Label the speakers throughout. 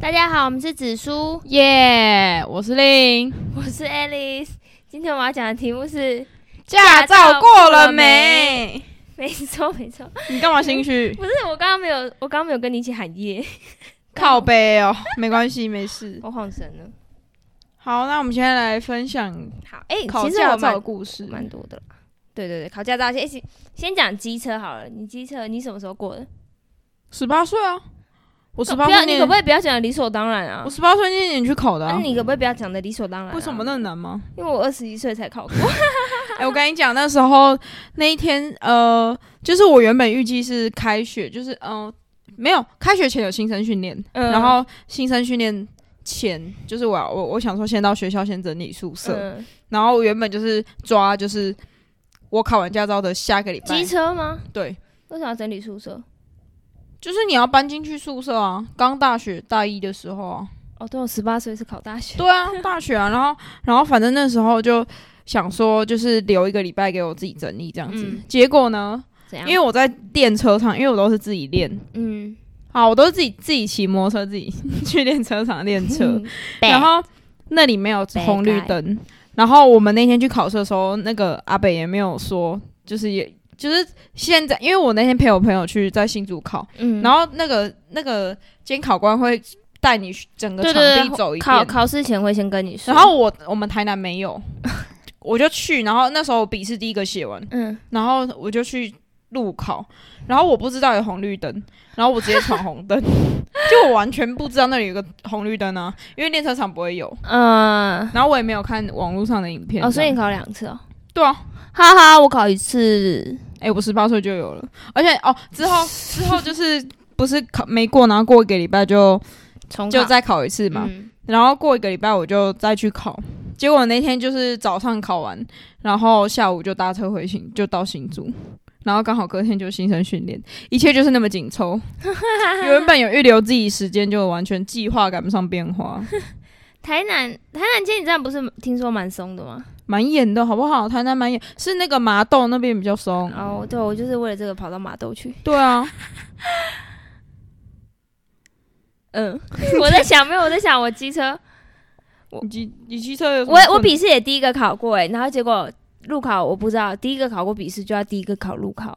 Speaker 1: 大家好，我们是紫苏，
Speaker 2: 耶我是令，
Speaker 1: 我是 Alice。今天我要讲的题目是，驾
Speaker 2: 驾
Speaker 1: 照
Speaker 2: 照
Speaker 1: 过
Speaker 2: 过
Speaker 1: 了
Speaker 2: 了
Speaker 1: 没
Speaker 2: 没？
Speaker 1: 没错没错，
Speaker 2: 你干嘛心虚？
Speaker 1: 不是我刚刚没有，我刚刚没有跟你一起喊耶，
Speaker 2: 靠背哦，没关系，没事。
Speaker 1: 我晃神了。
Speaker 2: 好，那我们现在来分享
Speaker 1: 好，哎、
Speaker 2: 考
Speaker 1: 其实我
Speaker 2: 驾照的
Speaker 1: 蛮
Speaker 2: 故事。
Speaker 1: 蛮多的啦。对对对，考驾照先哎先先讲机车好了。你机车你什么时候过的？
Speaker 2: 十八岁啊，我十八
Speaker 1: 不要，
Speaker 2: 岁
Speaker 1: 你
Speaker 2: 那
Speaker 1: 可不
Speaker 2: 年，
Speaker 1: 可以不要讲的理所当然啊
Speaker 2: 我？十八岁那年去考的
Speaker 1: 那、
Speaker 2: 啊。
Speaker 1: 你可不可以不要讲的理所当然、啊？
Speaker 2: 为什么那？么难吗？
Speaker 1: 因为我二十一岁才考过。
Speaker 2: 哎、我跟你讲，那时候那一天，呃，就是我原本预计是开学，就是嗯、呃没有开学前有新生训练，
Speaker 1: 嗯
Speaker 2: 然后新生训练前，就是我要我我想说先到学校先整理宿舍，
Speaker 1: 嗯，
Speaker 2: 然后我原本就是抓就是我考完驾照的下个礼拜
Speaker 1: 机，车吗？
Speaker 2: 对，
Speaker 1: 为什么要整理宿舍？
Speaker 2: 就是你要搬进去宿舍啊，刚大学大一的时候啊，
Speaker 1: 哦，对，我十八岁是考大学。
Speaker 2: 对啊，大学啊，然 后然后反正那时候就想说就是留一个礼拜给我自己整理这样子，
Speaker 1: 嗯
Speaker 2: 结果呢？
Speaker 1: 怎样？
Speaker 2: 因为我在练车场，因为我都是自己练，
Speaker 1: 嗯，
Speaker 2: 啊，我都是自己自己骑摩托车，自己 去练车场练车，
Speaker 1: 对
Speaker 2: 然后那里没有红绿灯，然后我们那天去考试的时候，那个阿北也没有说，就是也就是现在，因为我那天陪我朋友去在新竹考，
Speaker 1: 嗯，
Speaker 2: 然后那个那个监考官会带你去整个
Speaker 1: 对
Speaker 2: 场
Speaker 1: 对对
Speaker 2: 地走一遍，
Speaker 1: 考考试前会先跟你说，
Speaker 2: 然后我我们台南没有， 我就去，然后那时候我笔试第一个写完，
Speaker 1: 嗯，
Speaker 2: 然后我就去路考，然后我不知道有红绿灯，然后我直接闯红 灯，就我完全不知道那里有个红绿灯啊，因为练车场不会有，
Speaker 1: 嗯，
Speaker 2: 然后我也没有看网络上的影片。
Speaker 1: 哦，所以你
Speaker 2: 这样
Speaker 1: 考两次哦，
Speaker 2: 对啊，
Speaker 1: 哈哈，我考一次，
Speaker 2: 哎、我十八岁就有了，而且哦，之后之后就是不是考没过，然后过一个礼拜就
Speaker 1: 重
Speaker 2: 就
Speaker 1: 考
Speaker 2: 再考一次嘛，
Speaker 1: 嗯
Speaker 2: 然后过一个礼拜我就再去考。结果那天就是早上考完，然后下午就搭车回新，就到新竹，然后刚好隔天就新生训练，一切就是那么 紧凑。原本有预留自己时间，就完全计划赶不上变化，
Speaker 1: 台南台南监理站不是听说蛮松的吗？
Speaker 2: 蛮严的好不好？台南蛮严，是那个麻豆那边比较松。
Speaker 1: 哦，对，我就是为了这个跑到麻豆去。
Speaker 2: 对啊，
Speaker 1: 嗯，我在想，没有，我在想我机车，
Speaker 2: 你骑你骑车有什么
Speaker 1: 我我
Speaker 2: 困
Speaker 1: 笔试也第一个考过哎，然后结果路考我不知道，第一个考过笔试就要第一个考路考，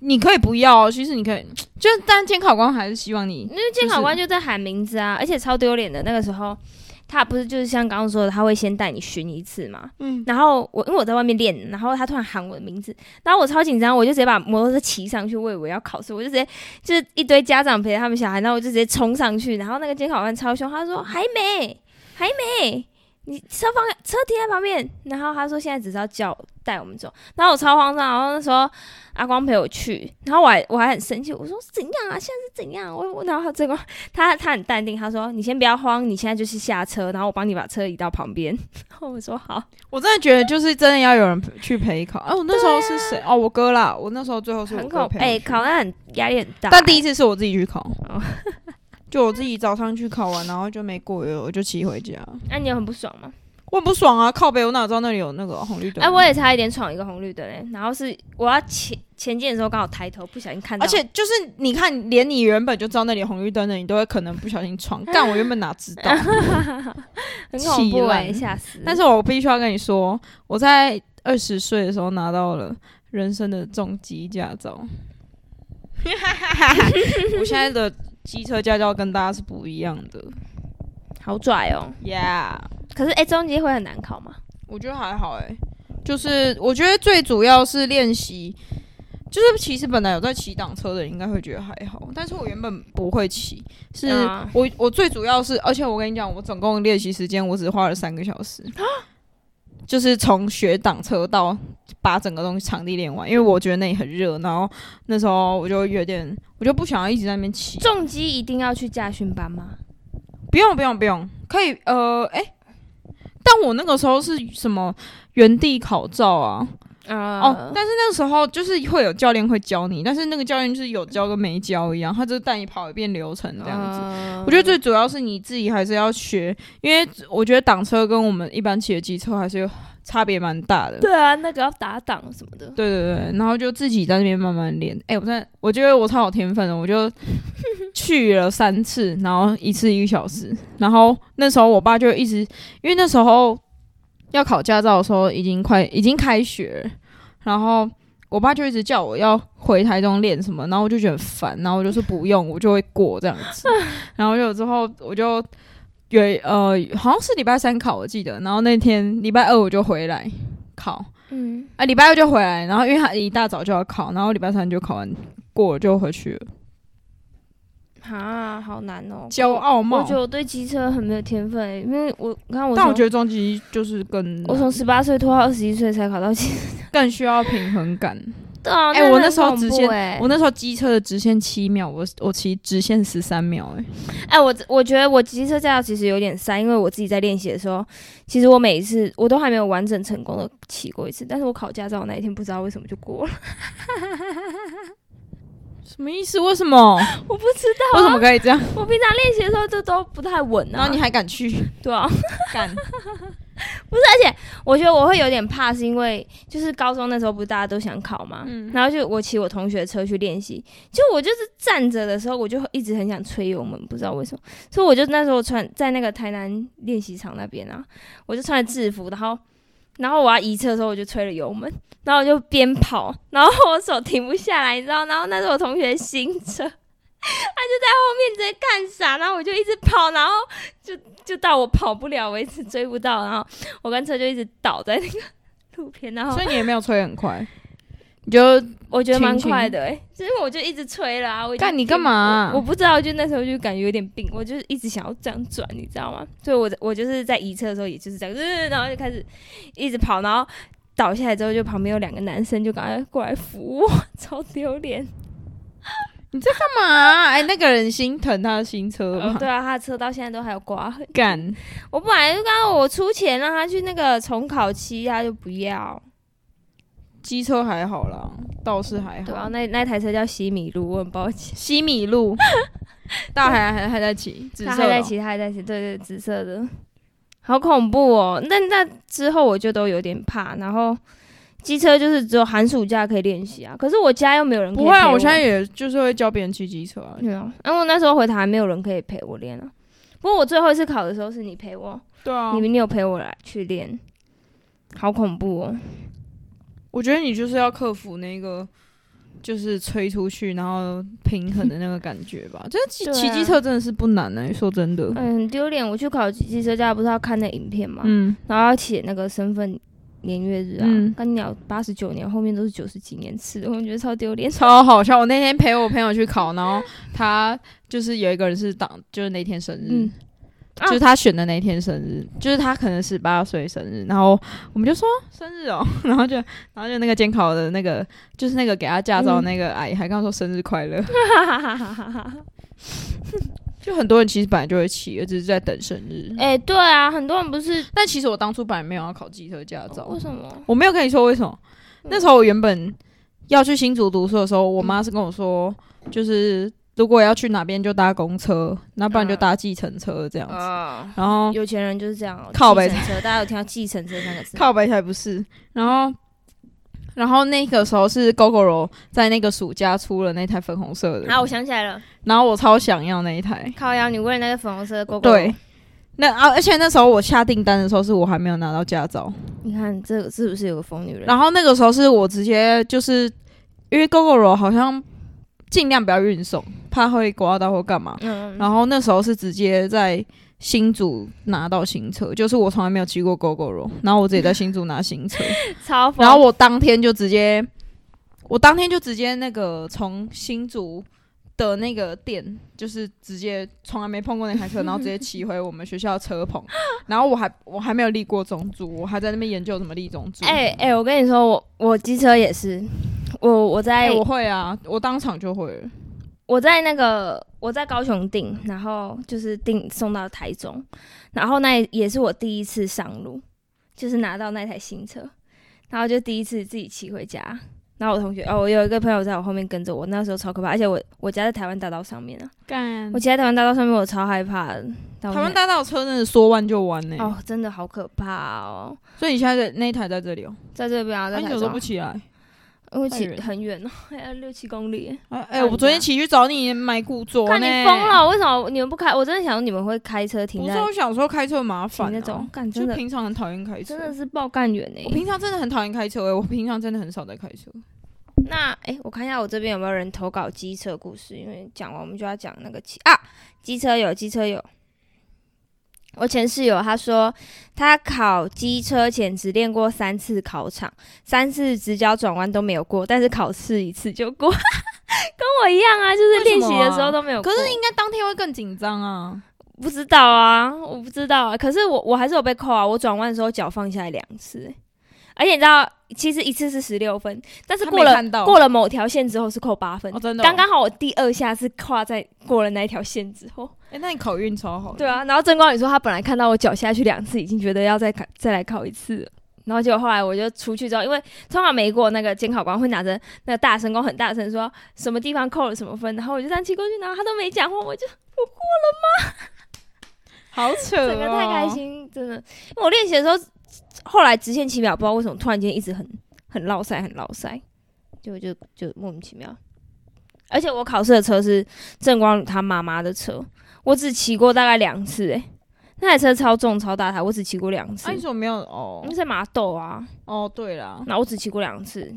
Speaker 2: 你可以不要哦，其实你可以，就是但监考官还是希望你
Speaker 1: 因为监考官就在喊名字啊，而且超丢脸的。那个时候他不是就是像刚刚说的，他会先带你巡一次嘛，
Speaker 2: 嗯
Speaker 1: 然后我因为我在外面练，然后他突然喊我的名字，然后我超紧张，我就直接把摩托车骑上去，我以为要考试，我就直接就是一堆家长陪着他们小孩，然后我就直接冲上去，然后那个监考官超凶，他说还没，还没，你车放车停在旁边，然后他说现在只是要叫带我们走，然后我超慌张，然后那时候阿光陪我去，然后我还我还很生气，我说怎样啊，现在是怎样啊、我我然后他这个他他很淡定，他说你先不要慌，你现在就去下车，然后我帮你把车移到旁边，然后我说好。
Speaker 2: 我真的觉得就是真的要有人陪去陪考。哦、我那时候是谁？哦，我哥啦。我那时候最后是我
Speaker 1: 很
Speaker 2: 哥
Speaker 1: 恐
Speaker 2: 陪我
Speaker 1: 哎、
Speaker 2: 去
Speaker 1: 啊考那很压力很大、哎
Speaker 2: 但第一
Speaker 1: 次，
Speaker 2: 次是我自己去考，
Speaker 1: 哦
Speaker 2: 就我自己早上去考完，然后就没过，我就骑回家。
Speaker 1: 那、你有很不爽吗？
Speaker 2: 我很不爽啊！靠北，我哪知道那里有那个红绿灯？啊
Speaker 1: 哎、我也差一点闯一个红绿灯哎、然后是我要前前进的时候刚好抬头，不小心看到，
Speaker 2: 而且就是你看，连你原本就知道那里有红绿灯的，你都会可能不小心闯。干，我原本哪知道？
Speaker 1: 很恐怖哎、
Speaker 2: 气烂
Speaker 1: 吓死！
Speaker 2: 但是我必须要跟你说，我在二十岁的时候拿到了人生的重机驾 照。我现在的机车驾照跟大家是不一样的
Speaker 1: 好拽哦、
Speaker 2: ，Yeah。
Speaker 1: 可是哎、中级会很难考吗？
Speaker 2: 我觉得还好哎、就是我觉得最主要是练习，就是其实本来有在骑挡车的人应该会觉得还好，但是我原本不会骑，是
Speaker 1: 啊
Speaker 2: 我我最主要是，而且我跟你讲，我总共练习时间我只花了三个小时，就是从学挡车到把整个东西场地练完，因为我觉得那里很热，然后那时候我就有点，我就不想要一直在那边骑，
Speaker 1: 重机一定要去驾训班吗？
Speaker 2: 不用不用不用，可以呃哎、但我那个时候是什么原地考照啊？哦
Speaker 1: 啊，
Speaker 2: 但是那个时候就是会有教练会教你，但是那个教练就是有教跟没教一样，他就是带你跑一遍流程这样子。
Speaker 1: 嗯呃
Speaker 2: 我觉得最主要是你自己还是要学，因为我觉得挡车跟我们一般骑的机车还是有差别蛮大的。
Speaker 1: 对啊，那个要打档什么的，
Speaker 2: 对对对，然后就自己在那边慢慢练。哎、我真的我觉得我超有天分的，我就去了三次，然后一次一个小时。然后那时候我爸就一直，因为那时候要考驾照的时候已经快已经开学了，然后我爸就一直叫我要回台中练什么，然后我就觉得很烦，然后我就说不用，我就会过这样子。然后就之后我就有呃，好像是礼拜三考，我记得。然后那天礼拜二我就回来考，
Speaker 1: 嗯，
Speaker 2: 啊，礼拜二就回来，然后因为他一大早就要考，然后礼拜三就考完过了就回去了。
Speaker 1: 啊，好难哦，
Speaker 2: 骄傲
Speaker 1: 我
Speaker 2: 嘛，
Speaker 1: 觉得我对机车很没有天分、欸，因为我你看我从，
Speaker 2: 但我觉得终极就是更
Speaker 1: 我从十八岁拖到二十一岁才考到机车，
Speaker 2: 更需要平衡感。
Speaker 1: 对啊，
Speaker 2: 哎
Speaker 1: 那
Speaker 2: 我
Speaker 1: 很
Speaker 2: 那时候
Speaker 1: 恐
Speaker 2: 直
Speaker 1: 怖
Speaker 2: 线
Speaker 1: 欸
Speaker 2: 我那时候机车的直线七秒，我我骑直线十三秒、哎，
Speaker 1: 哎、我我觉得我骑车驾照其实有点塞，因为我自己在练习的时候，其实我每一次我都还没有完整成功的骑过一次，但是我考驾照那一天不知道为什么就过了，
Speaker 2: 什么意思？为什么？
Speaker 1: 我不知道、
Speaker 2: 为
Speaker 1: 啊，
Speaker 2: 什么可以 这样？
Speaker 1: 我平常练习的时候就都不太稳啊。
Speaker 2: 然后你还敢 去
Speaker 1: 对啊，
Speaker 2: 干？
Speaker 1: 我觉得我会有点怕，是因为就是高中那时候不是大家都想考嘛，
Speaker 2: 嗯
Speaker 1: 然后就我骑我同学的车去练习，就我就是站着的时候，我就一直很想吹油门，不知道为什么，所以我就那时候穿在那个台南练习场那边啊，我就穿着制服，然后然后我要移车的时候，我就吹了油门，然后我就边跑，然后我手停不下来，你知道，然后那是我同学的新车。他就在后面直接干傻，然后我就一直跑，然后就就到我跑不了为止，追不到，然后我跟车就一直倒在那个路边，然后
Speaker 2: 所以你也没有吹很快，你就
Speaker 1: 我觉得蛮
Speaker 2: 轻轻
Speaker 1: 快的、欸，因为我就一直吹了啊。我已经
Speaker 2: 干你干嘛啊
Speaker 1: 我？我不知道，就那时候就感觉有点病，我就是一直想要这样转，你知道吗？所以我在我就是在移车的时候，也就是这样，呃然后就开始一直跑，然后倒下来之后，就旁边有两个男生就赶快过来扶我， 超丢脸。
Speaker 2: 干嘛啊？哎、那个人心疼他的新车吧？
Speaker 1: 哦对啊，他的车到现在都还有刮痕。
Speaker 2: 干，
Speaker 1: 我本来就刚刚我出钱让他去那个重考期，他就不要。
Speaker 2: 机车还好啦，倒是还好。
Speaker 1: 对啊，那那台车叫西米露，我很抱歉。
Speaker 2: 西 米露，大海还还在骑，紫
Speaker 1: 他还
Speaker 2: 色
Speaker 1: 在
Speaker 2: 的哦
Speaker 1: 骑，他还在骑，对对，紫色的，好恐怖哦。那那之后我就都有点怕，然后机车就是只有寒暑假可以练习啊。可是我家又没有人可以
Speaker 2: 不会
Speaker 1: 陪
Speaker 2: 啊，
Speaker 1: 我
Speaker 2: 我现在也就是会教别人骑机车啊。
Speaker 1: 对啊，因为我那时候回台湾没有人可以陪我练啊。不过我最后一次考的时候是你陪我，
Speaker 2: 对啊，
Speaker 1: 你你有陪我来去练，好恐怖哦。
Speaker 2: 我觉得你就是要克服那个，就是吹出去然后平衡的那个感觉 吧。这骑
Speaker 1: 对啊
Speaker 2: 骑机车真的是不难哎、说真的，
Speaker 1: 嗯，很丢脸。我去考机车驾，不是要看那影片嘛，
Speaker 2: 嗯，
Speaker 1: 然后要写那个身份年月日啊，
Speaker 2: 嗯
Speaker 1: 跟你讲八十九年后面都是九十几年次的，我觉得超丢脸。
Speaker 2: 超好笑。我那天陪我朋友去考，然后他就是有一个人是当，就是那天生日。
Speaker 1: 嗯啊
Speaker 2: 就是他选的那天生日，就是他可能十八岁生日，然后我们就说生日哦， 然后就然后就那个监考的那个就是那个给他驾照的那个阿姨还跟他说生日快乐，
Speaker 1: 哈哈哈哈哈！
Speaker 2: 就很多人其实本来就会骑，只是在等生日。
Speaker 1: 哎、对啊，很多人不是
Speaker 2: 但其实我当初本来没有要考机车驾照，
Speaker 1: 哦为什么？
Speaker 2: 我没有跟你说为什么。那时候我原本要去新竹读书的时候，我妈是跟我说，就是如果要去哪边就搭公车，那不然就搭计程车这样子。
Speaker 1: 啊、
Speaker 2: 然后
Speaker 1: 有钱人就是这样、哦，
Speaker 2: 嗯靠北
Speaker 1: 计程车，大家有听到计程车三个字？
Speaker 2: 靠北才不是。然后，然后那个时候是 GoGoRo 在那个暑假出了那台粉红色的，
Speaker 1: 啊，我想起来了，
Speaker 2: 然后我超想要那一台。
Speaker 1: 靠腰，你为了那个粉红色的狗狗，
Speaker 2: 对，，那啊，而且那时候我下订单的时候是我还没有拿到驾照，
Speaker 1: 你看这个是不是有个疯女人？
Speaker 2: 然后那个时候是我直接就是因为 GoGoRo 好像尽量不要运送，怕会刮到或干嘛。
Speaker 1: 嗯，
Speaker 2: 然后那时候是直接在新竹拿到新车，就是我从来没有骑过 GoGoRo，然后我自己在新竹拿 新车，
Speaker 1: 超疯，
Speaker 2: 然后我当天就直接，我当天就直接那个从新竹的那个店，就是直接从来没碰过那台车，然后直接骑回我们学校的 车棚，然后我还我还没有立过中柱，我还在那边研究怎么立中柱。
Speaker 1: 哎哎、我跟你说，我我机车也是，我我在、
Speaker 2: 哎、我会啊，我当场就会了。
Speaker 1: 我在那个我在高雄订，然后就是订送到台中，然后那也是我第一次上路，就是拿到那台新车，然后就第一次自己骑回家。然后我同学哦，我有一个朋友在我后面跟着我，那时候超可怕，而且我我家在台湾大道上面啊，
Speaker 2: 干
Speaker 1: 我骑在台湾大道上面，我超害怕的。台
Speaker 2: 嗯台湾大道车真的说弯就弯呢、
Speaker 1: 哦，真的好可怕哦，
Speaker 2: 所以你现在的那一台在这里哦、
Speaker 1: 在这边啊，
Speaker 2: 那、
Speaker 1: 在
Speaker 2: 你
Speaker 1: 台
Speaker 2: 怎么
Speaker 1: 中
Speaker 2: 都不起来？
Speaker 1: 因为骑
Speaker 2: 太远
Speaker 1: 很远哦，还要六七公里。
Speaker 2: 哎、
Speaker 1: 到
Speaker 2: 哎，
Speaker 1: 你
Speaker 2: 我昨天
Speaker 1: 家
Speaker 2: 骑去找你买古着
Speaker 1: 看
Speaker 2: 呢，
Speaker 1: 你疯！了，为什么你们不开？我真的想说你们会开车停
Speaker 2: 不是
Speaker 1: 在
Speaker 2: 我想说开车很麻
Speaker 1: 停
Speaker 2: 烦、啊，
Speaker 1: 那种，干
Speaker 2: 就
Speaker 1: 真的
Speaker 2: 平常很讨厌开
Speaker 1: 真。
Speaker 2: 车
Speaker 1: 的是爆干远
Speaker 2: 我
Speaker 1: 哎。
Speaker 2: 平常真的很讨厌开车、欸，我平常真的很少在开车。
Speaker 1: 那哎、我看一下我这边有没有人投稿机车故事，因为讲完我们就要讲那个骑啊，机车有机车有。我前室友他说，他考机车前只练过三次考场，三次直角转弯都没有过，但是考试一次就过，跟 我一样啊，就是练习的时候都没有过。
Speaker 2: 可是应该当天会更紧张啊！
Speaker 1: 不知道啊，我不知道啊。可是我我还是有被扣啊，我转弯的时候脚放下来两次、欸而且你知道，其实一次是十六分，但是
Speaker 2: 他
Speaker 1: 过
Speaker 2: 没
Speaker 1: 了
Speaker 2: 看到
Speaker 1: 过了某条线之后是扣八分。
Speaker 2: 哦，真的哦、
Speaker 1: 刚刚好我第二下是跨在过了那一条线之后，
Speaker 2: 哎、那你考运超好的。
Speaker 1: 对啊。然后郑光宇说他本来看到我脚下去两次，已经觉得要再考再来考一次了。然后结果后来我就出去之后，因为通常美国那个监考官会拿着那个大声公很大声说什么地方扣了什么分，然后我就这样骑过去，然后他都没讲话，我就
Speaker 2: 好扯、哦，
Speaker 1: 整个太开。心，真的。因为我练习的时候，后来直线七秒，不知道为什么突然间一直很很落塞，很落塞，就就就莫名其妙。而且我考试的车是郑光宇他妈妈的车，我只骑过大概两次、欸，那台车超重超大台，我只骑过两次
Speaker 2: 啊，你，怎么没有？哦
Speaker 1: 那是麻豆啊，
Speaker 2: 哦，对啦，
Speaker 1: 那我只骑过两次，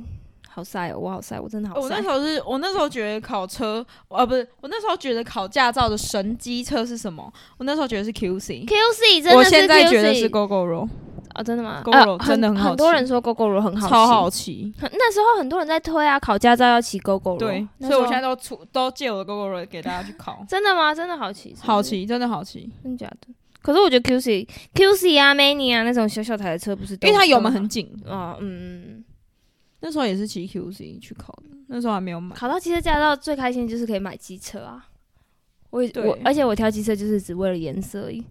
Speaker 1: 好晒哦，我好晒，我真的好
Speaker 2: 哎我那
Speaker 1: 晒
Speaker 2: 时。候是我那时候觉得考车，呃、不是，我那时候觉得考驾照的神机车是什么？我那时候觉得是 QC，
Speaker 1: QC 真的
Speaker 2: 我
Speaker 1: 是
Speaker 2: 现在觉得
Speaker 1: QC
Speaker 2: 是 GoGoRo，
Speaker 1: 哦，真的吗
Speaker 2: Gogoro
Speaker 1: 啊
Speaker 2: 真的很好
Speaker 1: 很多
Speaker 2: 骑
Speaker 1: 人说 GoGo 罗很好骑，
Speaker 2: 超好骑。
Speaker 1: 很那时候很多人在推啊，考驾照要骑 GoGo 咯
Speaker 2: 对，
Speaker 1: 那
Speaker 2: 所以我
Speaker 1: 时候
Speaker 2: 现在都出都借我的 GoGoRo 给大家去
Speaker 1: ，
Speaker 2: 考
Speaker 1: 真的吗？真的好骑，是不是
Speaker 2: 好，骑，真的好骑，
Speaker 1: 真的假的？可是我觉得 QC、QC 啊、Many 啊那种小小台的车不是都，
Speaker 2: 因为它油门很紧。
Speaker 1: 都好哦，嗯，
Speaker 2: 那时候也是骑 QC 去考的，那时候还没有买。
Speaker 1: 考到机车驾照最开心的就是可以买机车啊。我也
Speaker 2: 对
Speaker 1: 我而且我挑机车就是只为了颜色而已，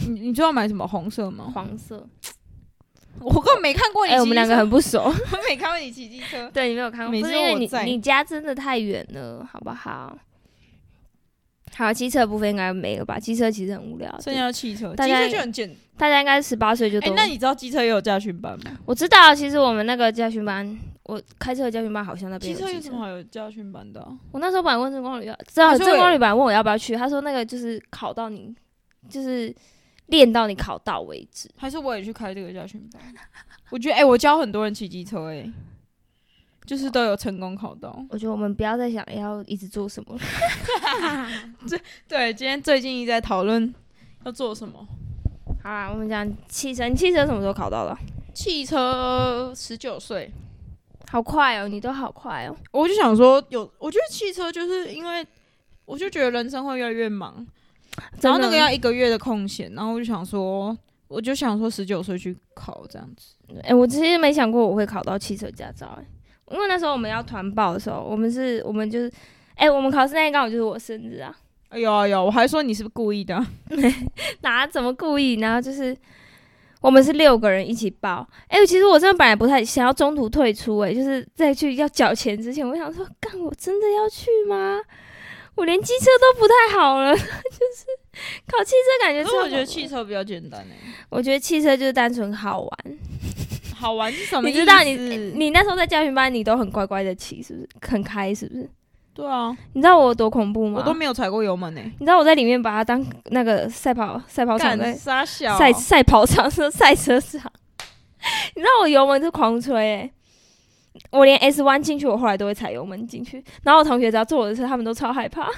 Speaker 2: 你你知道买什么红 色吗？
Speaker 1: 黄色。
Speaker 2: 我根本没看过
Speaker 1: 哎、
Speaker 2: 哦你骑机车。
Speaker 1: 我们两个很不 熟，
Speaker 2: 我没看过你骑机 车。
Speaker 1: 对你没有看过，
Speaker 2: 每
Speaker 1: 不
Speaker 2: 次
Speaker 1: 是因为
Speaker 2: 我
Speaker 1: 你
Speaker 2: 在
Speaker 1: 你家真的太远了，好不好？好，机车的部分应该没了吧？机车其实很无聊，
Speaker 2: 剩下汽车，
Speaker 1: 大
Speaker 2: 机
Speaker 1: 家
Speaker 2: 车就很简。
Speaker 1: 大家应该十八岁就
Speaker 2: 哎、
Speaker 1: 都
Speaker 2: 那你知道机车也有驾训班吗？
Speaker 1: 我知道啊，其实我们那个驾训班，我开车的驾训班好像那边
Speaker 2: 机车
Speaker 1: 有
Speaker 2: 有
Speaker 1: 机
Speaker 2: 什
Speaker 1: 车
Speaker 2: 么。好有驾训班的啊、
Speaker 1: 我那时候本来问郑光宇要，啊知道
Speaker 2: 可是我
Speaker 1: 郑
Speaker 2: 也
Speaker 1: 光宇本来问我要不要去，他说那个就是考到你，就是练到你考到为止。
Speaker 2: 还是我也去开这个驾训班？我觉得，哎、我教很多人骑机车、哎，就是都有成功考到。
Speaker 1: 我觉得我们不要再想要一直做什么了。
Speaker 2: 对，今天最近一直在讨论要做什么。
Speaker 1: 好啦，我们讲汽车，你汽车什么时候考到的？
Speaker 2: 汽车十九岁，
Speaker 1: 好快哦，你都好快哦。
Speaker 2: 我就想说有，我觉得汽车就是因为，我就觉得人生会越来越忙，然后
Speaker 1: 真
Speaker 2: 那个
Speaker 1: 的
Speaker 2: 要一个月的空闲，然后我就想说，我就想说十九岁去考这样子。
Speaker 1: 哎、我其实没想过我会考到汽车驾照、欸，因为那时候我们要团报的时候，我们是，我们就是，哎、我们考试那天刚好就是我生日啊。
Speaker 2: 哎呦哎呦，我还说你是不是故意的啊、
Speaker 1: 哪啊怎么故意？然后就是我们是六个人一起报。哎、其实我真的本来不太想要中途退出、哎，就是在去要缴钱之前，我想说，干，我真的要去吗？我连机车都不太好了， 就是考汽车感觉
Speaker 2: 可
Speaker 1: 超
Speaker 2: 是
Speaker 1: 好玩。
Speaker 2: 我觉得汽车比较简单哎、
Speaker 1: 我觉得汽车就是单纯好玩。
Speaker 2: 好玩是什么
Speaker 1: 你
Speaker 2: 意思？
Speaker 1: 知道你你那时候在家训班，你都很乖乖的骑，是不是？很开，是不是？
Speaker 2: 对啊，
Speaker 1: 你知道我有多恐怖吗？
Speaker 2: 我都没有踩过油门哎、
Speaker 1: 你知道我在里面把它当那个赛跑赛跑场在
Speaker 2: 干傻小
Speaker 1: 赛赛跑场 是赛车场， 你知道我油门是狂吹哎、我连 S 弯进去，我后来都会踩油门进去。然后我同学只要坐我的车，他们都超害怕，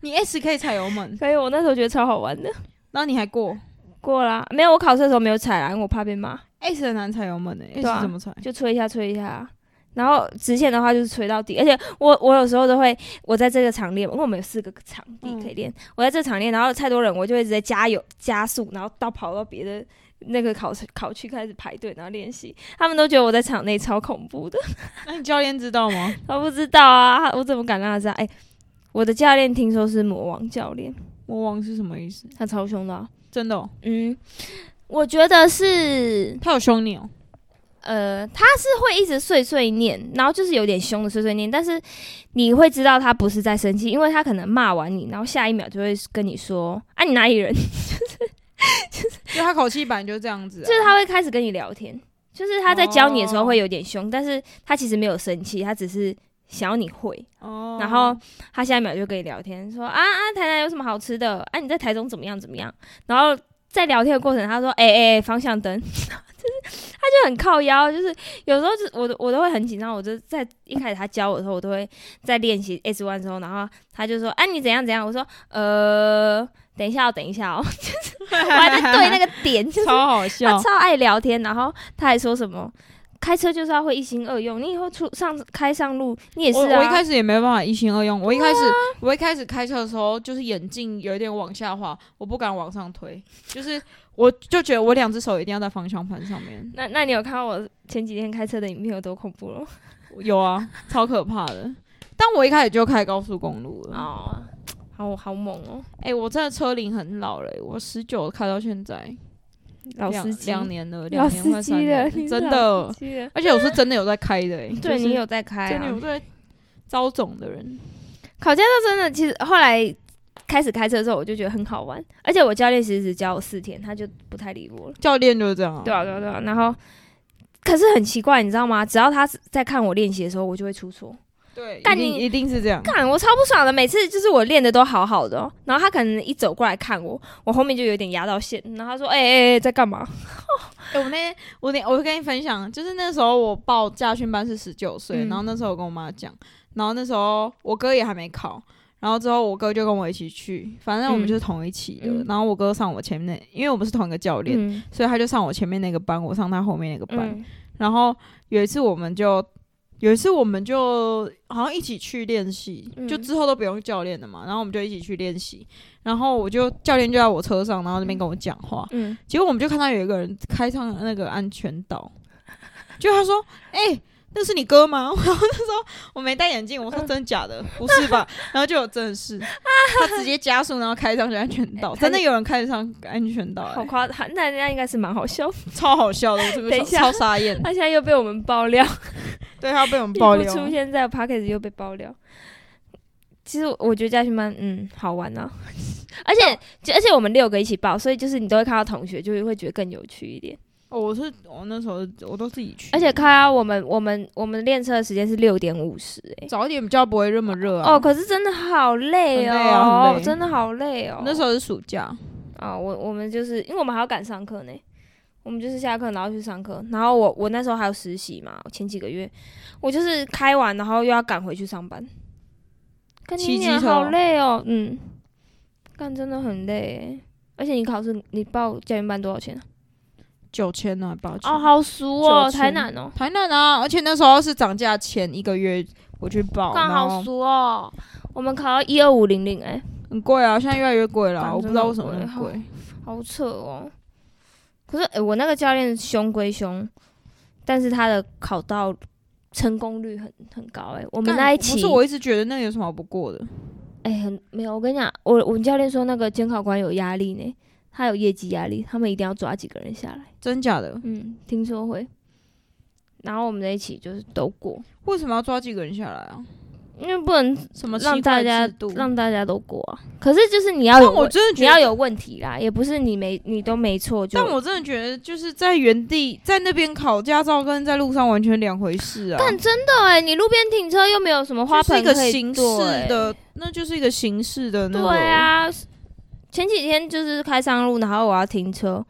Speaker 2: 你 S 可以踩油门，
Speaker 1: 所以我那时候觉得超好玩的。
Speaker 2: 然后你还过
Speaker 1: 过啦，没有我考试的时候没有踩啦，因为我怕被骂，
Speaker 2: S 很难踩油门哎、欸
Speaker 1: 对啊
Speaker 2: s 怎么踩？
Speaker 1: 就吹一下吹一下。然后直线的话就是吹到底，而且我我有时候都会，我在这个场练，因为我们有四个场地可以练，我在这场练，然后太多人，我就会直接加油加速，然后到跑到别的那个考考区开始排队，然后练习。他们都觉得我在场内超恐怖的。
Speaker 2: 那你教练知道吗？
Speaker 1: 他不知道啊，我怎么敢让他知道？哎、我的教练听说是魔王教练，
Speaker 2: 魔王是什么意思？
Speaker 1: 他超凶的啊、
Speaker 2: 真的、哦，
Speaker 1: 嗯，我觉得是，
Speaker 2: 他有凶你哦、
Speaker 1: 呃，他是会一直碎碎念，然后就是有点凶的碎碎念，但是你会知道他不是在生气，因为他可能骂完你，然后下一秒就会跟你说：“啊，你哪里人？”
Speaker 2: 就他口气本来就这样子、啊，
Speaker 1: 就是他会开始跟你聊天，就是他在教你的时候会有点凶，但是他其实没有生气，他只是想要你会。
Speaker 2: 哦
Speaker 1: 然后他下一秒就跟你聊天，说啊啊，台南有什么好吃的？啊，你在台中怎么样怎么样？然后在聊天的过程，他说，哎、哎、哎方向灯， 就是他就很靠腰，就是有时候就是我都我都会很紧张，我就在一开始他教我的时候，我都会在练习 S one 的时候，然后他就说，啊，你怎样怎样？我说，呃，等一下、哦，等一下哦，
Speaker 2: 我
Speaker 1: 我还在对那个 啊点，就是
Speaker 2: 超好笑
Speaker 1: 他，超爱聊天，然后他还说什么。开车就是要会一心二用，你以后出上开上路，你也是
Speaker 2: 我
Speaker 1: 啊。
Speaker 2: 我一开始也没办法一心二用，我一开始、我一开始开车的时候，就是眼镜有一点往下滑，我不敢往上推，就是我就觉得我两只手一定要在方向盘上面。
Speaker 1: 那那你有看到我前几天开车的影片有多恐怖了？
Speaker 2: 有啊，超可怕的。但我一开始就开高速公路了。
Speaker 1: 哦， 好好猛哦，
Speaker 2: 哎、我真的车龄很老了、我十九开到现在，
Speaker 1: 老
Speaker 2: 两
Speaker 1: 司机，
Speaker 2: 两年了，
Speaker 1: 老
Speaker 2: 两年
Speaker 1: 司
Speaker 2: 快
Speaker 1: 机
Speaker 2: 三
Speaker 1: 了，
Speaker 2: 年
Speaker 1: 你是
Speaker 2: 了，真
Speaker 1: 老
Speaker 2: 的
Speaker 1: 司。机了。
Speaker 2: 而且我是真的有在开的、欸，
Speaker 1: 对
Speaker 2: 就是
Speaker 1: 你有在开
Speaker 2: 真的
Speaker 1: 啊
Speaker 2: 有？在招总的人，
Speaker 1: 考驾照真的，其实后来开始开车之后，我就觉得很好玩。而且我教练其实只教我四天，他就不太理我了。
Speaker 2: 教练就是这样、啊。
Speaker 1: 对啊，对啊，对啊。然后，可是很奇怪，你知道吗？只要他在看我练习的时候，我就会出错。
Speaker 2: 对，一
Speaker 1: 干
Speaker 2: 定
Speaker 1: 你
Speaker 2: 一定是这样。
Speaker 1: 干，我超不爽的。每次就是我练的都好好的哦、然后他可能一走过来看我，我后面就有点压到线，然后他说：“哎哎哎，在干嘛
Speaker 2: 欸我那天我那我跟你分享，就是那时候我报驾训班是十九岁，
Speaker 1: 嗯
Speaker 2: 然后那时候我跟我妈讲，然后那时候我哥也还没考，然后之后我哥就跟我一起去，反正我们
Speaker 1: 嗯
Speaker 2: 就是同一期的，
Speaker 1: 嗯
Speaker 2: 然后我哥上我前面那，因为我们是同一个教？”练，
Speaker 1: 嗯
Speaker 2: 所以他就上我前面那个班，我上他后面那个班，
Speaker 1: 嗯
Speaker 2: 然后有一次我们就。有一次我们就好像一起去练习，
Speaker 1: 嗯
Speaker 2: 就之后都不用教练了嘛，然后我们就一起去练习，然后我就教练就在我车上，然后那边跟我讲话，
Speaker 1: 嗯，
Speaker 2: 结果我们就看到有一个人开上那个安全岛，就他说：“哎、那是你哥吗？” 然后那时候我没戴眼镜，我说：“真的 假的？不是吧？”然后就有真的是，他直接加速，然后开上去安全岛，
Speaker 1: 哎
Speaker 2: 真的有人开上安全岛、
Speaker 1: 好
Speaker 2: 哎
Speaker 1: 夸张，那人家应该是蛮好笑的。
Speaker 2: 超好笑的，我这个
Speaker 1: 等一下
Speaker 2: 超 傻眼，
Speaker 1: 他现在又被我们爆料，
Speaker 2: 对他被我们 爆
Speaker 1: 一
Speaker 2: 料
Speaker 1: 不，出现在 p o c k e t 又被爆料。其实我觉得家训班，嗯，好玩啊，而且就而且我们六个一起报，所以就是你都会看到同学，就会觉得更有趣一点。
Speaker 2: 哦我是我那时候我都自己去，
Speaker 1: 而且看到我们我们我们练车的时间是六点五十，哎，
Speaker 2: 早一点比较不会那么热啊。
Speaker 1: 哦，可是真的好累哦，
Speaker 2: 很累啊很累
Speaker 1: 真的好累哦。
Speaker 2: 那时候是暑假，
Speaker 1: 啊，我我们就是因为我们还要赶上课呢，我们就是下课然后去上课，然后我我那时候还有实习嘛，我前几个月我就是开完然后又要赶回去上班，干
Speaker 2: 骑
Speaker 1: 你
Speaker 2: 机
Speaker 1: 娘
Speaker 2: 车
Speaker 1: 好
Speaker 2: 哦
Speaker 1: 累哦，嗯，干真的很累耶，而且你考试你报教研班多少钱啊？
Speaker 2: 九千呢，八千
Speaker 1: 哦，好俗哦，
Speaker 2: 9000
Speaker 1: 台南哦，
Speaker 2: 台南啊，而且那时候是涨价前一个月我去报，
Speaker 1: 干
Speaker 2: 然后
Speaker 1: 好俗哦，我们考到一二五零零哎，
Speaker 2: 很贵啊，现在越来越贵
Speaker 1: 反
Speaker 2: 了，
Speaker 1: 正
Speaker 2: 我不知道为什么那么
Speaker 1: 很
Speaker 2: 贵。
Speaker 1: 好扯哦。可是、诶我那个教练凶归凶，但是他的考到成功率很很高欸诶、我
Speaker 2: 我
Speaker 1: 们那一期
Speaker 2: 不是我一直觉得那有什么好不过的，
Speaker 1: 诶、很没有。我跟你讲，我我们教练说那个监考官有压力呢，他有业绩压力，他们一定要抓几个人下来。
Speaker 2: 真假的？
Speaker 1: 嗯，听说会。然后我们那一期就是都过，
Speaker 2: 为什么要抓几个人下来啊？
Speaker 1: 因为不能
Speaker 2: 什么
Speaker 1: 让
Speaker 2: 奇
Speaker 1: 大
Speaker 2: 怪
Speaker 1: 家
Speaker 2: 的制度？
Speaker 1: 让大家都过啊。可是就是你要有
Speaker 2: 但我
Speaker 1: 问
Speaker 2: 真的
Speaker 1: 你
Speaker 2: 觉
Speaker 1: 要
Speaker 2: 得，
Speaker 1: 有问题啦，也不是你没你都没错就。
Speaker 2: 但我真的觉得就是在原地在那边考驾照跟在路上完全两回事啊，
Speaker 1: 但真的哎、你路边停车又没有什么花
Speaker 2: 就是
Speaker 1: 盆
Speaker 2: 一个
Speaker 1: 可以
Speaker 2: 形式
Speaker 1: 坐欸
Speaker 2: 的，那就是一个形式的那
Speaker 1: 对
Speaker 2: 个。，
Speaker 1: 啊，前几天就是开上路，然后我要停车，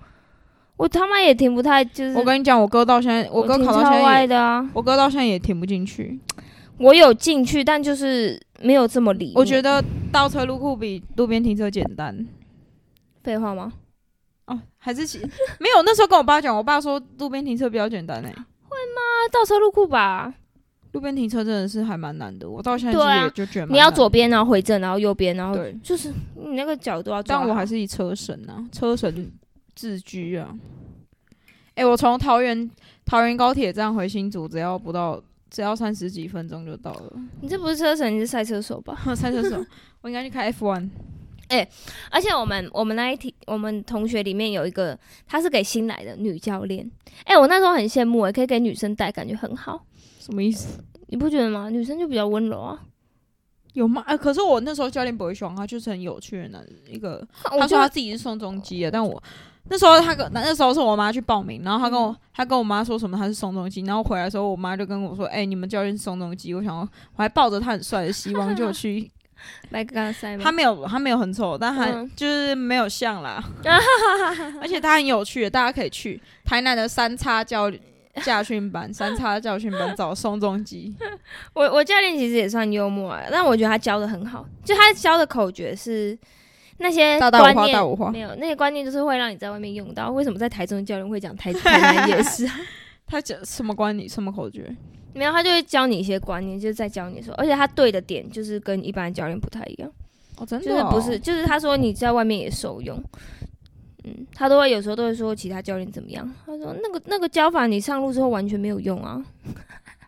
Speaker 1: 我他妈也停不太，就是
Speaker 2: 我跟你讲，我哥到现在，我哥
Speaker 1: 停
Speaker 2: 考到
Speaker 1: 超
Speaker 2: 现在
Speaker 1: 歪
Speaker 2: 也，
Speaker 1: 的啊，
Speaker 2: 我哥到现在也停不进去。
Speaker 1: 我有进去，但就是没有这么理你。
Speaker 2: 我觉得倒车入库比路边停车简单。
Speaker 1: 废话吗？
Speaker 2: 哦，还是骑没有。那时候跟我爸讲，我爸说路边停车比较简单诶、欸
Speaker 1: 那啊倒车入库吧，
Speaker 2: 路边停车真的是还蛮难的，我到现在
Speaker 1: 对啊
Speaker 2: 其实也就觉得蛮
Speaker 1: 你要
Speaker 2: 难的
Speaker 1: 左边，然后回正，然后右边，然后
Speaker 2: 对，
Speaker 1: 就是你那个角度要抓好。
Speaker 2: 但我还是以车神啊，车神自居啊。哎、我从桃园桃园高铁站回新竹，只要不到只要三十几分钟就到了。
Speaker 1: 你这不是车神，你是赛车手 吧？
Speaker 2: 我猜车手，我应该去开 F one。
Speaker 1: 而且我们我们那一题，我们同学里面有一个，她是给新来的女教练。哎、我那时候很羡慕、欸，可以给女生带，感觉很好，
Speaker 2: 什么意思？
Speaker 1: 你不觉得吗？女生就比较温柔啊。
Speaker 2: 有吗？哎、可是我那时候教练不会凶，他就是很有趣的男一个。
Speaker 1: 哦我
Speaker 2: 他
Speaker 1: 就
Speaker 2: 说他自己是宋仲基的，但我那时候他跟那那时候是我妈去报名，然后他跟
Speaker 1: 嗯
Speaker 2: 我他跟我妈说什么他是宋仲基，然后回来的时候我妈就跟我说，哎、你们教练是宋仲基，我想要我还抱着他很帅的希 望就去，
Speaker 1: 来跟他塞吗？
Speaker 2: 他没有他没有很丑，但他
Speaker 1: 嗯
Speaker 2: 就是没有像 啦，而且他很有趣，大家可以去台南的三叉教驾 训班，三叉教训班找宋仲基，
Speaker 1: 我我教练其实也算幽默啊，但我觉得他教的很好，就他教的口诀是那些
Speaker 2: 大大
Speaker 1: 哎观
Speaker 2: 五花
Speaker 1: 念
Speaker 2: 大五花
Speaker 1: 没，有那些观念，就是会让你在外面用到。为什么在台中的教练会讲台台南也是？啊
Speaker 2: 他讲什么关你什么口诀？
Speaker 1: 没有，他就会教你一些观念，就是在教你说，而且他对的点就是跟一般的教练不太一样，
Speaker 2: 哦，真
Speaker 1: 就是不是，就是他说你在外面也受用。嗯，他都会有时候都会说其他教练怎么样，他说那个那个教法你上路之后完全没有用啊。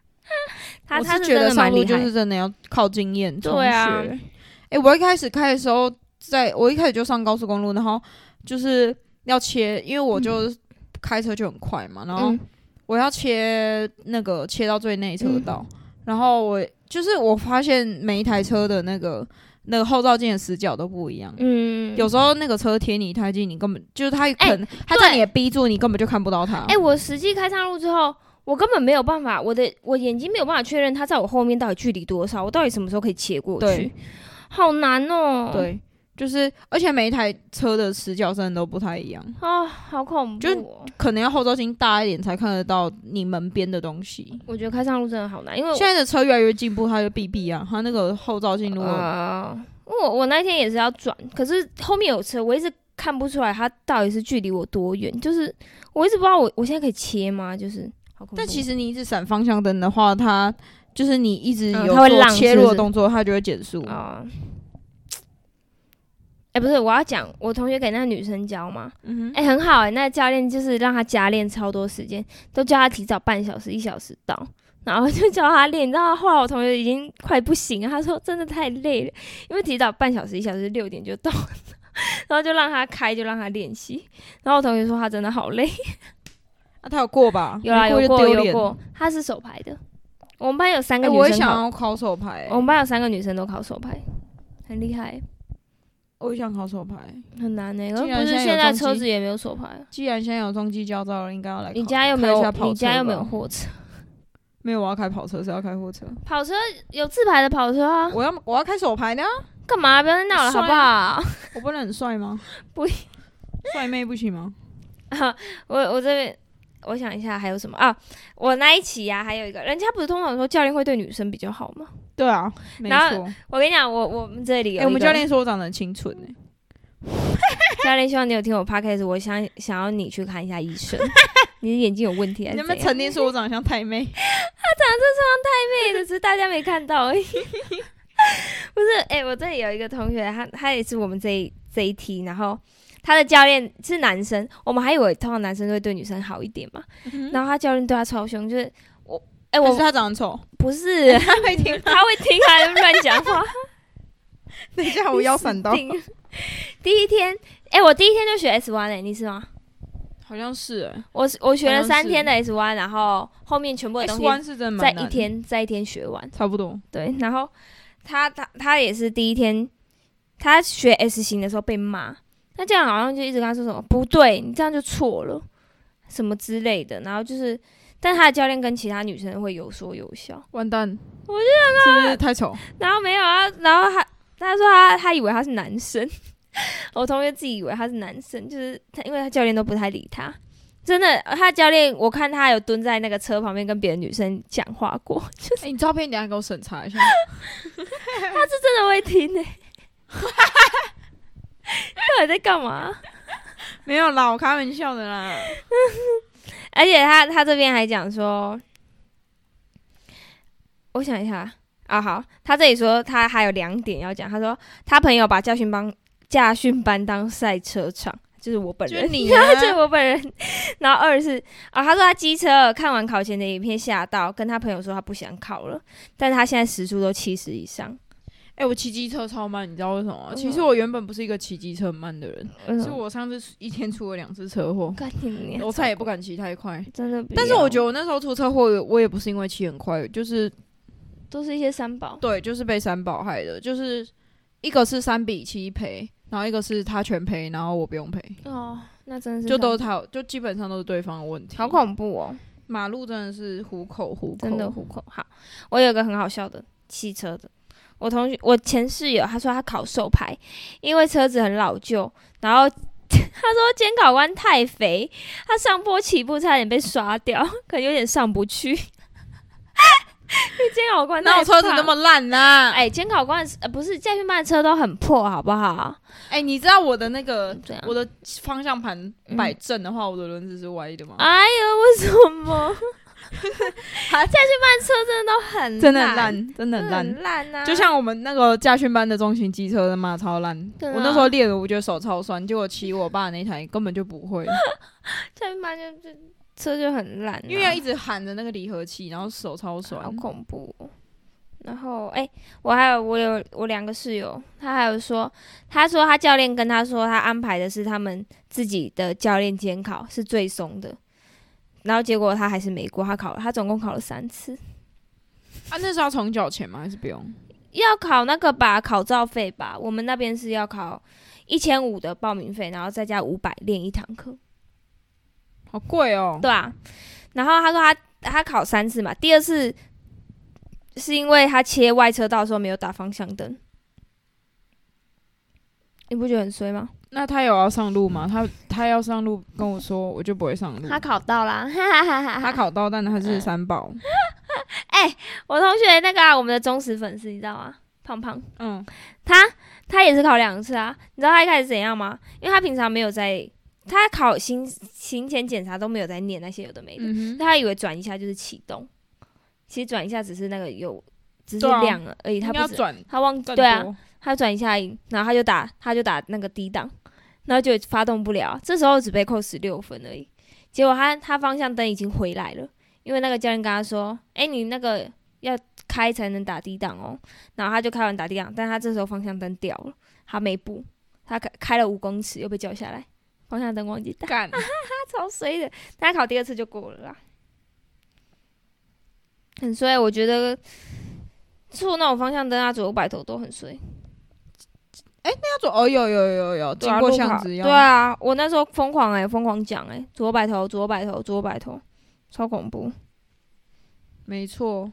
Speaker 1: 他
Speaker 2: 我
Speaker 1: 他
Speaker 2: 是
Speaker 1: 是
Speaker 2: 觉
Speaker 1: 真
Speaker 2: 得
Speaker 1: 的
Speaker 2: 上
Speaker 1: 蛮
Speaker 2: 路
Speaker 1: 厉
Speaker 2: 就
Speaker 1: 害
Speaker 2: 是真的要靠经验
Speaker 1: 对
Speaker 2: 从学。
Speaker 1: 啊
Speaker 2: 哎、我一开始开的时候，在我一开始就上高速公路，然后就是要切，因为我就开车就很快嘛，然后
Speaker 1: 嗯
Speaker 2: 我要切那个切到最内车道，然后我就是我发现每一台车的那个那个后照镜的死角都不一样。
Speaker 1: 嗯，
Speaker 2: 有时候那个车贴你太近，你根本就是他
Speaker 1: 哎
Speaker 2: 可能、他在你的逼住，你根本就看不到他。
Speaker 1: 哎、我实际开上路之后，我根本没有办法，我的我眼睛没有办法确认他在我后面到底距离多少，我到底什么时候可以切过
Speaker 2: 对
Speaker 1: 去，好难哦、，
Speaker 2: 对，就是而且每一台车的死角真的都不太一样。
Speaker 1: 啊，好恐怖、
Speaker 2: 就
Speaker 1: 哦。
Speaker 2: 可能要后照镜大一点才看得到你门边的东西。
Speaker 1: 我觉得开上路真的好难，因为我
Speaker 2: 现在的车越来越进步，它就 BB 啊，它那个后照镜如果、
Speaker 1: 啊、我我那天也是要转，可是后面有车，我一直看不出来他到底是距离我多远，就是我一直不知道我我现在可以切吗？就是好恐怖。哦
Speaker 2: 但其
Speaker 1: 实
Speaker 2: 实你一直闪方向灯的话，它就是你一直
Speaker 1: 嗯
Speaker 2: 有
Speaker 1: 它会
Speaker 2: 做
Speaker 1: 浪
Speaker 2: 切
Speaker 1: 是不
Speaker 2: 入的
Speaker 1: 是
Speaker 2: 动作，它就会减速。
Speaker 1: 啊。哎、不是，我要讲，我同学给那个女生教嘛，
Speaker 2: 嗯哼，
Speaker 1: 哎、很好哎、那教练就是让他加练超多时间，都叫他提早半小时、一小时到，然后就叫他练。你知道，后来我同学已经快不行了，他说真的太累了，因为提早半小时、一小时六点就到了， 然后就让他开，就让他练习。然后我同学说他真的好累，
Speaker 2: 那、它有过吧？
Speaker 1: 有啦，
Speaker 2: 没过
Speaker 1: 有
Speaker 2: 就
Speaker 1: 过
Speaker 2: 丢
Speaker 1: 有
Speaker 2: 脸。
Speaker 1: 过，他是手牌的。我们班有三
Speaker 2: 哎、
Speaker 1: 个女
Speaker 2: 我也
Speaker 1: 生哦
Speaker 2: 想
Speaker 1: 考，
Speaker 2: 要考手牌、
Speaker 1: 我们班有三个女生都考手牌，很厉害，
Speaker 2: 我也想考手牌。
Speaker 1: 很难呢、欸。
Speaker 2: 既然
Speaker 1: 不是
Speaker 2: 现在有
Speaker 1: 现在
Speaker 2: 重
Speaker 1: 车
Speaker 2: 机
Speaker 1: 子也没有手牌啊，
Speaker 2: 既然现在有中继驾照了，应该要来考。
Speaker 1: 你家又
Speaker 2: 开
Speaker 1: 没
Speaker 2: 一
Speaker 1: 有
Speaker 2: 下跑
Speaker 1: 你家
Speaker 2: 车
Speaker 1: 又没有
Speaker 2: 吧
Speaker 1: 货车，
Speaker 2: 没有？我要开跑车，是要开货车。
Speaker 1: 跑车有自排的跑车啊。
Speaker 2: 我要我要开手牌呢、
Speaker 1: 干嘛？不要再闹了，好不
Speaker 2: 帅啊
Speaker 1: 好？
Speaker 2: 我不能很帅吗？
Speaker 1: 不，
Speaker 2: 帅妹不行吗？
Speaker 1: 我我这边我想一下还有什么啊？我那一期呀、还有一个人家不是通常说教练会对女生比较好吗？
Speaker 2: 对啊，没
Speaker 1: 然后
Speaker 2: 错。
Speaker 1: 我跟你讲，我我们这里有
Speaker 2: 哎、
Speaker 1: 一个、
Speaker 2: 我们教练说我长得很清纯哎、
Speaker 1: 教练希望你有听我 podcast，我想想要你去看一下医 生，你的眼睛有问题还
Speaker 2: 你
Speaker 1: 是
Speaker 2: 有
Speaker 1: 怎
Speaker 2: 没
Speaker 1: 样
Speaker 2: 有？曾经说我长得像太妹？
Speaker 1: 对的，只是大家没看到而已。 不是，哎、我这里有一个同学，他他也是我们这一这一梯，然后他的教练是男生，我们还以为通常男生都会对女生好一点嘛，然后他教练对他超凶，就是我，哎、
Speaker 2: 嗯可是
Speaker 1: 我
Speaker 2: 他长得丑，
Speaker 1: 不是，
Speaker 2: 他会听。
Speaker 1: 他会听还乱讲话，
Speaker 2: 等一下，我腰闪到，
Speaker 1: 听。第一天，哎、我第一天就学 S 1哎、你是吗？
Speaker 2: 好像是哎、
Speaker 1: 我我学了
Speaker 2: 好像
Speaker 1: 三
Speaker 2: 是
Speaker 1: 天的 S 1然后后面全部的
Speaker 2: S
Speaker 1: 东
Speaker 2: one
Speaker 1: 西
Speaker 2: 是真的
Speaker 1: 在
Speaker 2: 蛮难
Speaker 1: 一，天在一天学完。
Speaker 2: 差不多。
Speaker 1: 对，然后他他他也是第一天，他学 S 型的时候被骂，那这样好像就一直跟他说什么不对，你这样就错了，什么之类的。然后就是，但他的教练跟其他女生会有说有笑，
Speaker 2: 完 蛋，我就想是不是太丑？
Speaker 1: 然后没有啊，然后他他说他他以为他是男生， 我同学自己以为他是男生，就是他因为他教练都不太理他。真的，他教练我看他有蹲在那个车旁边跟别的女生讲话过，
Speaker 2: 哎、你照片等一下给我审查一下。
Speaker 1: 真的会听呢、到底在干嘛？
Speaker 2: 没有啦，我开玩笑的 啦。
Speaker 1: 而且他他这边还讲说，我想一下啊，好，他这里说他还有两点要讲，他说他朋友把教训班驾训班当赛车场，就是我本
Speaker 2: 就
Speaker 1: 人，
Speaker 2: 你、啊，
Speaker 1: 对我本人。然后二是啊，他说他机车看完考前的影片吓到，跟他朋友说他不想考了，但是他现在时速都七十以上。
Speaker 2: 哎、我骑机车超慢，你知道为什么吗？
Speaker 1: 为什
Speaker 2: 其
Speaker 1: 么
Speaker 2: 实我原本不是一个骑机车很慢的人，是
Speaker 1: 嗯，
Speaker 2: 我上次一天出了两次车祸，
Speaker 1: 干你娘
Speaker 2: 我再也不敢骑太快。
Speaker 1: 真的不要，
Speaker 2: 但是我觉得我那时候出车祸，我也不是因为骑很快，就是
Speaker 1: 都是一些三宝。
Speaker 2: 对，就是被三宝害的，就是一个是三比七赔，然后一个是他全赔，然后我不用赔。
Speaker 1: 哦，那真的是
Speaker 2: 就都
Speaker 1: 上
Speaker 2: 是他，就基本上都是对方的问题。
Speaker 1: 好恐怖哦，
Speaker 2: 马路真的是虎口虎口，
Speaker 1: 真的虎口。好，我有一个很好笑的汽车的，我同学我前室友他说他考手牌，因为车子很老旧，然后 他说监考官太肥，他上坡起步差点被刷掉，可能有点上不去。因 为监考官
Speaker 2: 那
Speaker 1: 太
Speaker 2: 我车子
Speaker 1: 胖
Speaker 2: 那么烂呐、哎、
Speaker 1: 哎，监考官是呃不是驾训班的车都很破，好不好？
Speaker 2: 哎你知道我的那个
Speaker 1: 这样
Speaker 2: 我的方向盘摆正的话，我的轮子是歪的吗？
Speaker 1: 哎呦，为什么？ 驾训班车真的都很
Speaker 2: 真的很，烂，真的
Speaker 1: 真
Speaker 2: 很
Speaker 1: 的
Speaker 2: 烂。
Speaker 1: 很烂啊！
Speaker 2: 就像我们那个驾训班的中型机车的嘛，超烂。
Speaker 1: 对啊
Speaker 2: 我那时候练了，我觉得手超酸，结果骑我爸那台根本就不 会，
Speaker 1: 驾训班就就车就很烂啊、
Speaker 2: 因为要一啊直喊着那个离合器，然后手超酸
Speaker 1: 好。恐怖哦、然后，哎、我还有我有我两个室友，他还有说，他说他教练跟他说，他安排的是他们自己的教练监考是最松的，然后结果他还是没过，他考了，他总共考了三次，
Speaker 2: 啊，那是要重缴钱吗？还是不用？
Speaker 1: 要考那个吧，考照费吧，我们那边是要考一千五的报名费，然后再加五百练一堂课，
Speaker 2: 好贵哦。
Speaker 1: 对啊，然后他说他他考三次嘛，第二次是因为他切外车道的时候没有打方向灯，你不觉得很衰吗？
Speaker 2: 那他有要上路吗？他他要上路跟我说，我就不会上路。
Speaker 1: 他呃考到啦，哈哈哈
Speaker 2: 他
Speaker 1: 哈！
Speaker 2: 考到，但他是三宝。
Speaker 1: 哎我同学那个啊，我们的忠实粉丝，你知道吗？胖胖，
Speaker 2: 嗯，
Speaker 1: 他他也是考两次啊，你知道他一开始怎样吗？因为他平常没有在，他考行行前检查都没有在念那些有的没的，
Speaker 2: 嗯哼，
Speaker 1: 他以为转一下就是启动，其实转一下只是那个有只是
Speaker 2: 对啊
Speaker 1: 亮了而已，他
Speaker 2: 应该
Speaker 1: 不
Speaker 2: 要
Speaker 1: 是
Speaker 2: 转
Speaker 1: 他忘
Speaker 2: 转
Speaker 1: 对啊，
Speaker 2: 多
Speaker 1: 他转一下音，然后他就打，他就打那个低档，然后就发动不了，这时候只被扣十六分而已。结果他他方向灯已经回来了，因为那个教练跟他说：“哎，你那个要开才能打低档哦。”然后他就开完打低档，但他这时候方向灯掉了，他没补，他开开了五公尺又被叫下来，方向灯忘记打，
Speaker 2: 干。
Speaker 1: 他超衰的。但他考第二次就过了啦，很衰。我觉得错那种方向灯啊，左右摆头都很衰。
Speaker 2: 他说哦，有有有有，
Speaker 1: 对
Speaker 2: 经
Speaker 1: 啊
Speaker 2: 过
Speaker 1: 路
Speaker 2: 巷
Speaker 1: 口
Speaker 2: 子要。
Speaker 1: 对啊，我那时候疯狂哎、疯狂讲哎、左摆头，左摆头，左摆头，超恐怖。
Speaker 2: 没错，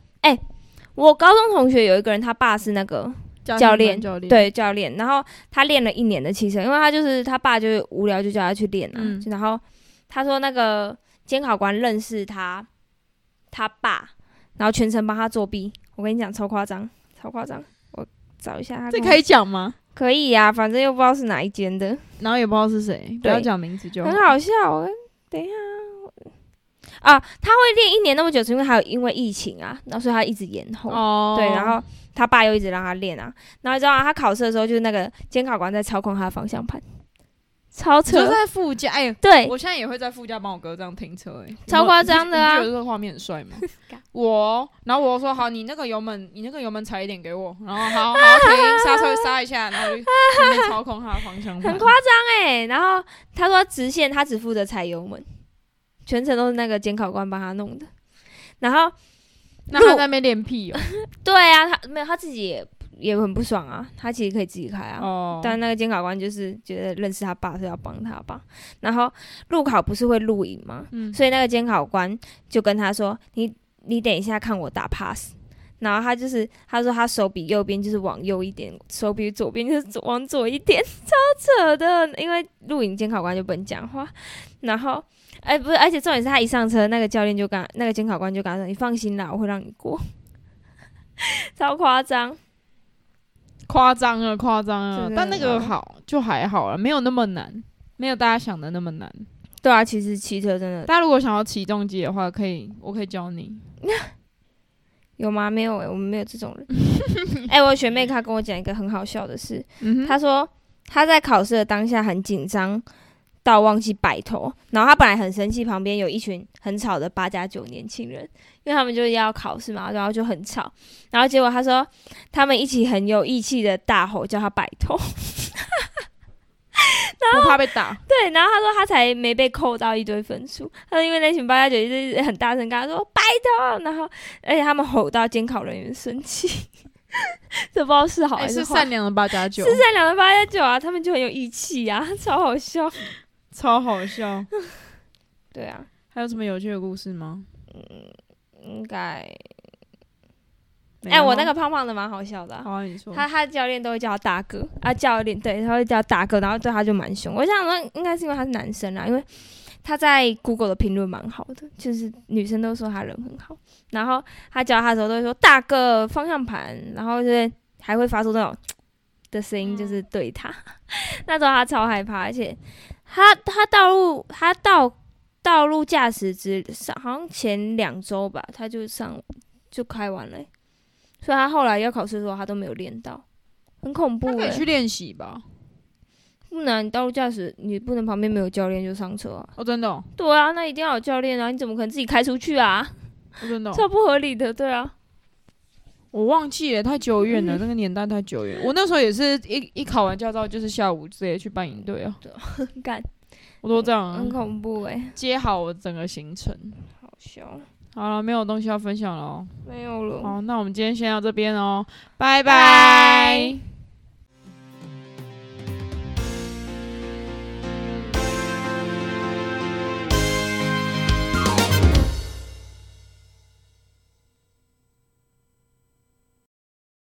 Speaker 1: 我高中同学有一个人，他爸是那个
Speaker 2: 家
Speaker 1: 教
Speaker 2: 训班
Speaker 1: 练
Speaker 2: 教练，
Speaker 1: 对教练，然后他练了一年的汽车，因为他就是他爸就是无聊就叫他去练啊，
Speaker 2: 嗯
Speaker 1: 就然后他说那个监考官认识他他爸，然后全程帮他作弊，我跟你讲超夸张，超夸张，我找一下他
Speaker 2: 这
Speaker 1: 跟我
Speaker 2: 可以讲吗？
Speaker 1: 可以呀、啊，反正又不知道是哪一间的。
Speaker 2: 然后也不知道是谁，不
Speaker 1: 对
Speaker 2: 要讲名字就好。
Speaker 1: 很好笑。我等一下我啊，他会练一年那么久，是因为还有因为疫情啊，然后所以他一直延后。
Speaker 2: 哦
Speaker 1: 对，然后他爸又一直让他练啊，然后你知道吗？他考试的时候，就是那个监考官在操控他的方向盘，超
Speaker 2: 就
Speaker 1: 扯。
Speaker 2: 在副驾，哎，
Speaker 1: 对，
Speaker 2: 我现在也会在副驾帮我哥这样停车、哎，
Speaker 1: 超夸张的啊
Speaker 2: 你不觉得这个画面很帅 吗？我，然后我说好，你那个油门，你那个油门踩一点给我，然后好好停，刹车刹一下，然后我就在那边操控他的方向盘，
Speaker 1: 很夸张哎、然后他说直线他只负责踩油门，全程都是那个监考官帮他弄的。然后
Speaker 2: 那他在那边练屁哦，
Speaker 1: 对啊，他没有他自己也也很不爽啊，他其实可以自己开啊。
Speaker 2: 哦，
Speaker 1: 但那个监考官就是觉得认识他爸是要帮他爸，然后路考不是会录影吗？
Speaker 2: 嗯
Speaker 1: 所以那个监考官就跟他说：“你你等一下看我打 pass。”然后他就是他说他手比右边就是往右一点，手比左边就是左往左一点， 超扯的。因为录影监考官就不能讲话，然后哎、不是，而且重点是他一上车，那个教练就跟他那个监考官就跟他说：“你放心啦，我会让你过。” 超夸张，
Speaker 2: 夸张了，夸张
Speaker 1: 真
Speaker 2: 了
Speaker 1: 的，
Speaker 2: 但那个好就还好了，没有那么难，没有大家想的那么难。
Speaker 1: 对啊，其实骑车真的
Speaker 2: 大家如果想要起重机的话，可以，我可以教你。
Speaker 1: 有吗？没有诶、欸我们没有这种人。哎、我学妹她跟我讲一个很好笑的事，
Speaker 2: 嗯哼，
Speaker 1: 她说她在考试的当下很紧张，到忘记摆头，然后她本来很生气，旁边有一群很吵的八加九年轻人，因为他们就是要考试嘛，然后就很吵，然后结果她说他们一起很有义气的大吼叫她摆头，
Speaker 2: 不怕被打，
Speaker 1: 对，然后她说她才没被扣到一堆分数，她说因为那群八加九一直很大声跟她说摆头，然后而且他们吼到监考人员生气。 这不知道是好还
Speaker 2: 哎，
Speaker 1: 是
Speaker 2: 是
Speaker 1: 坏
Speaker 2: 善良的八加九，
Speaker 1: 是善良的八加九啊，他们就很有义气啊，超好笑。
Speaker 2: 超好笑。
Speaker 1: 对啊，
Speaker 2: 还有什么有趣的故事吗？
Speaker 1: 应该。
Speaker 2: 没
Speaker 1: 哎、
Speaker 2: 有
Speaker 1: 我
Speaker 2: 吗
Speaker 1: 那个胖胖的蛮好笑的啊、
Speaker 2: 好啊，你说
Speaker 1: 他他的教练都会叫他大哥啊，教练对，他会叫大哥，然后对他就蛮凶。我想说，应该是因为他是男生啦，因为他在 Google 的评论蛮好的，就是女生都说他人很好。然后他教他的时候都会说大哥方向盘，然后就是还会发出那种的声音，就是对他。那时候他超害怕，而且他他道路他道道路驾驶执上好像前两周吧，他就上就开完了欸、所以他后来要考试的时候他都没有练到，很恐怖、
Speaker 2: 他可以
Speaker 1: 欸。
Speaker 2: 去练习吧？
Speaker 1: 不能道路驾驶，你不能旁边没有教练就上车啊。
Speaker 2: 哦，真的哦，
Speaker 1: 对啊，那一定要有教练啊，你怎么可能自己开出去啊？
Speaker 2: 哦真的哦，
Speaker 1: 超不合理的，对啊。
Speaker 2: 我忘记了，太久远了，那个年代太久远。我那时候也是一一考完驾照就是下午直接去办营 队啊，
Speaker 1: 干，
Speaker 2: 我都这样啊
Speaker 1: 很恐怖哎、
Speaker 2: 接好我整个行程。
Speaker 1: 好笑，
Speaker 2: 好了，没有东西要分享了哦。
Speaker 1: 没有了。
Speaker 2: 好，那我们今天先到这边哦，拜
Speaker 1: 拜
Speaker 2: 拜。